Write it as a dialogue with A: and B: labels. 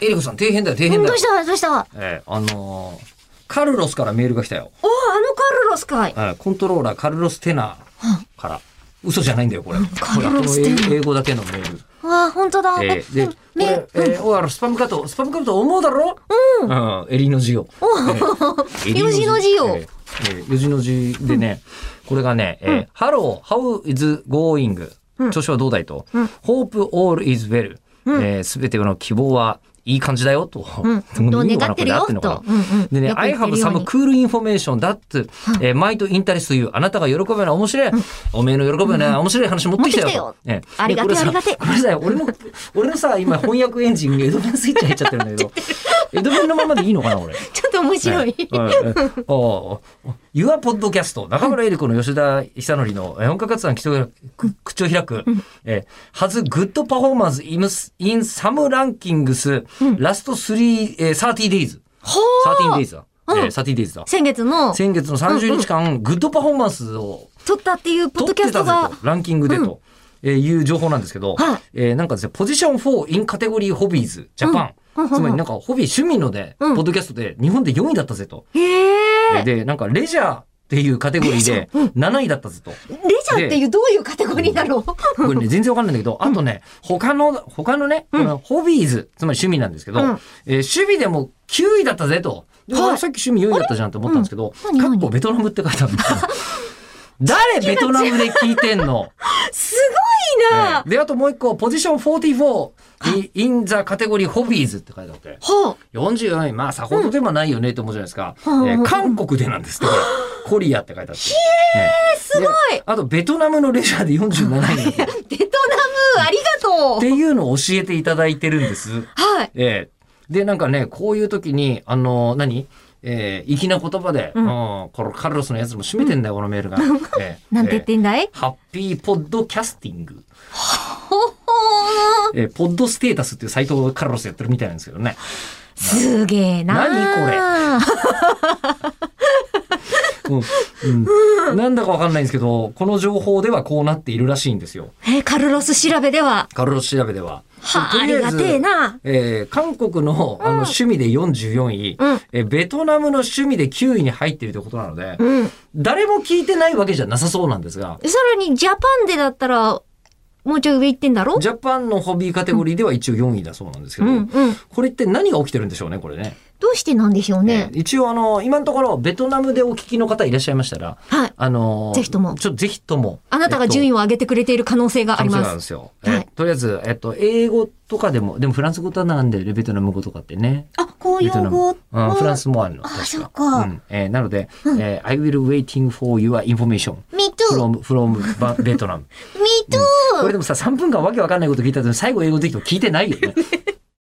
A: エリコさん、底辺だよ、底
B: う
A: 辺
B: ん
A: だ
B: どう
A: よ
B: し。たどうした
A: えーあのーカルロスからメールが来たよ。
B: おーあのカルロスかい。
A: えーコントローラーカルロス・テナーから。嘘じゃないんだよ、これ。
B: カルロステナ
A: ほらこ
B: ー
A: の英英語だけのメール。
B: わあ、本当だ。
A: えーで、これ、
B: め、
A: えーおい、あのスパムカット、スパムカット思うだろうん。襟の字を。えー
B: よじの字を
A: えーえーよじの字でね、これがね、えー Hello, how is going? 調子はどうだいと。Hope all is well. すべての希望はいい感じだよと。
B: うんどう
A: いいのか
B: 願
A: な
B: って
A: これ
B: るよ
A: で合っ
B: と
A: てんのか。
B: う
A: なん
B: うん
A: でね、
B: よく
A: I
B: 言っ
A: have
B: てるよう
A: some
B: に
A: cool information that、えー、might interest you. あなたが喜ぶような面白い、おめえの喜ぶような面白い話持ってきたよ。
B: 持ってきたよ
A: ね
B: ありがてえ
A: でこれさ
B: ありがてえ
A: ごめんなさい、俺の、俺のさ、今翻訳エンジン、江戸弁スイッチ入っちゃってるんだけ ど、江戸弁のままでいいのかな、俺。
B: ちょっと面白い。
A: はいはいはいおおおユアポッドキャスト中村江里子の吉田久典のえー音楽活動の口をく口を開く、えー、はずグッドパフォーマンスイムスインサムランキングス、ラスト3、えー、30 days。
B: ほ
A: 13
B: ー
A: days だ。えー、
B: うん
A: 30 days だ。
B: 先月の
A: 先月の30日間、グッドパフォーマンスを
B: 撮ったっていうポッ
A: 取
B: ド
A: っ
B: キャ
A: て
B: スト
A: たぜ
B: が
A: と、、ランキングでと、えーいう情報なんですけど、
B: はい
A: えーなんかですね、ポジション4 in カテゴリーホビーズジャパン。
B: うんうんうん
A: つまりなんかホビー趣味ので、
B: うん
A: ポッドキャストで日本で4位だったぜと。
B: へえ。
A: えで、なんかレジャーっていうカテゴリーで7位だったぜと。
B: レジャーっていうどういうカテゴリーだろう
A: これね、全然わかんないんだけど、あとね、他の、他のね、このホビーズ、つまり趣味なんですけど、
B: うん
A: えー趣味でも9位だったぜと。で、
B: はい
A: 俺さっき趣味4位だったじゃんと思ったんですけど、
B: うん何
A: か
B: 何
A: っこベトナムって書いてあるん ですよ誰ベトナムで聞いてんの
B: すごいな
A: ええで、あともう一個、ポジション44、in the category hobbies って書いてあって。
B: ほ
A: 44位、まあ、さほどでもないよねって思うじゃないですか。
B: うん
A: えー
B: うん
A: 韓国でなんですって、これコリアって書いてあって。ね
B: う。すごい
A: であと、ベトナムのレジャーで47位になってる
B: ベトナム、ありがと
A: っ
B: う
A: ていうのを教えていただいてるんです。
B: はい。
A: ええで、なんかね、こういう時に、あの、何えー粋な言葉で、うん、このカルロスのやつも締めてんだよ、このメ ールが。ええ
B: なんて言ってんだい
A: ええハッピーポッドキャスティング。
B: ほほー
A: えーポッドステータスっていうサイトをカルロスやってるみたいなんですけどね。
B: すげえな
A: 何
B: これ
A: うん。 うん。なんだかわかんないんですけど、この情報ではこうなっているらしいんですよ。
B: え、カルロス調べでは。
A: カルロス調べでは。
B: はあ、
A: と
B: あ
A: り
B: り
A: え
B: が
A: ず
B: てえな。
A: えー韓国のあの趣味で44位、
B: うん
A: えーベトナムの趣味で9位に入っているということなので、
B: うん。
A: 誰も聞いてないわけじゃなさそうなんですが、
B: さらに、ジャパンでだったら、もうちょい上行ってんだろ
A: ジャパンのホビーカテゴリーでは一応4位だそうなんですけ
B: う
A: ど、
B: んうん。
A: これって何が起きてるんでしょうね、これね。
B: どうしてなんでしょうね。
A: えー一応あの、今のところベトナムでお聞きの方いらっしゃいましたら、
B: はい。
A: あのー
B: ぜひとも
A: ちょっとぜひとも。
B: あなたが順位を上げてくれている可能性があり
A: 可能性
B: ま
A: があるん
B: す。
A: ですよ。
B: はい
A: えとりあえず、えっと、英語とかでも、でもフランス語とはなんで、ベトナム語とかってね。
B: あ、公
A: ベ
B: 用
A: トナム
B: 語
A: あフラン
B: は、
A: スもあるの。
B: あ
A: 確か
B: そうか
A: んえーなので、えー I will waiting for your information
B: me too,
A: from, from ばベトナム。
B: me
A: これ
B: too!
A: でもさ、3分間わけわかんないこと聞いた後に最後英語できても聞いてないよね。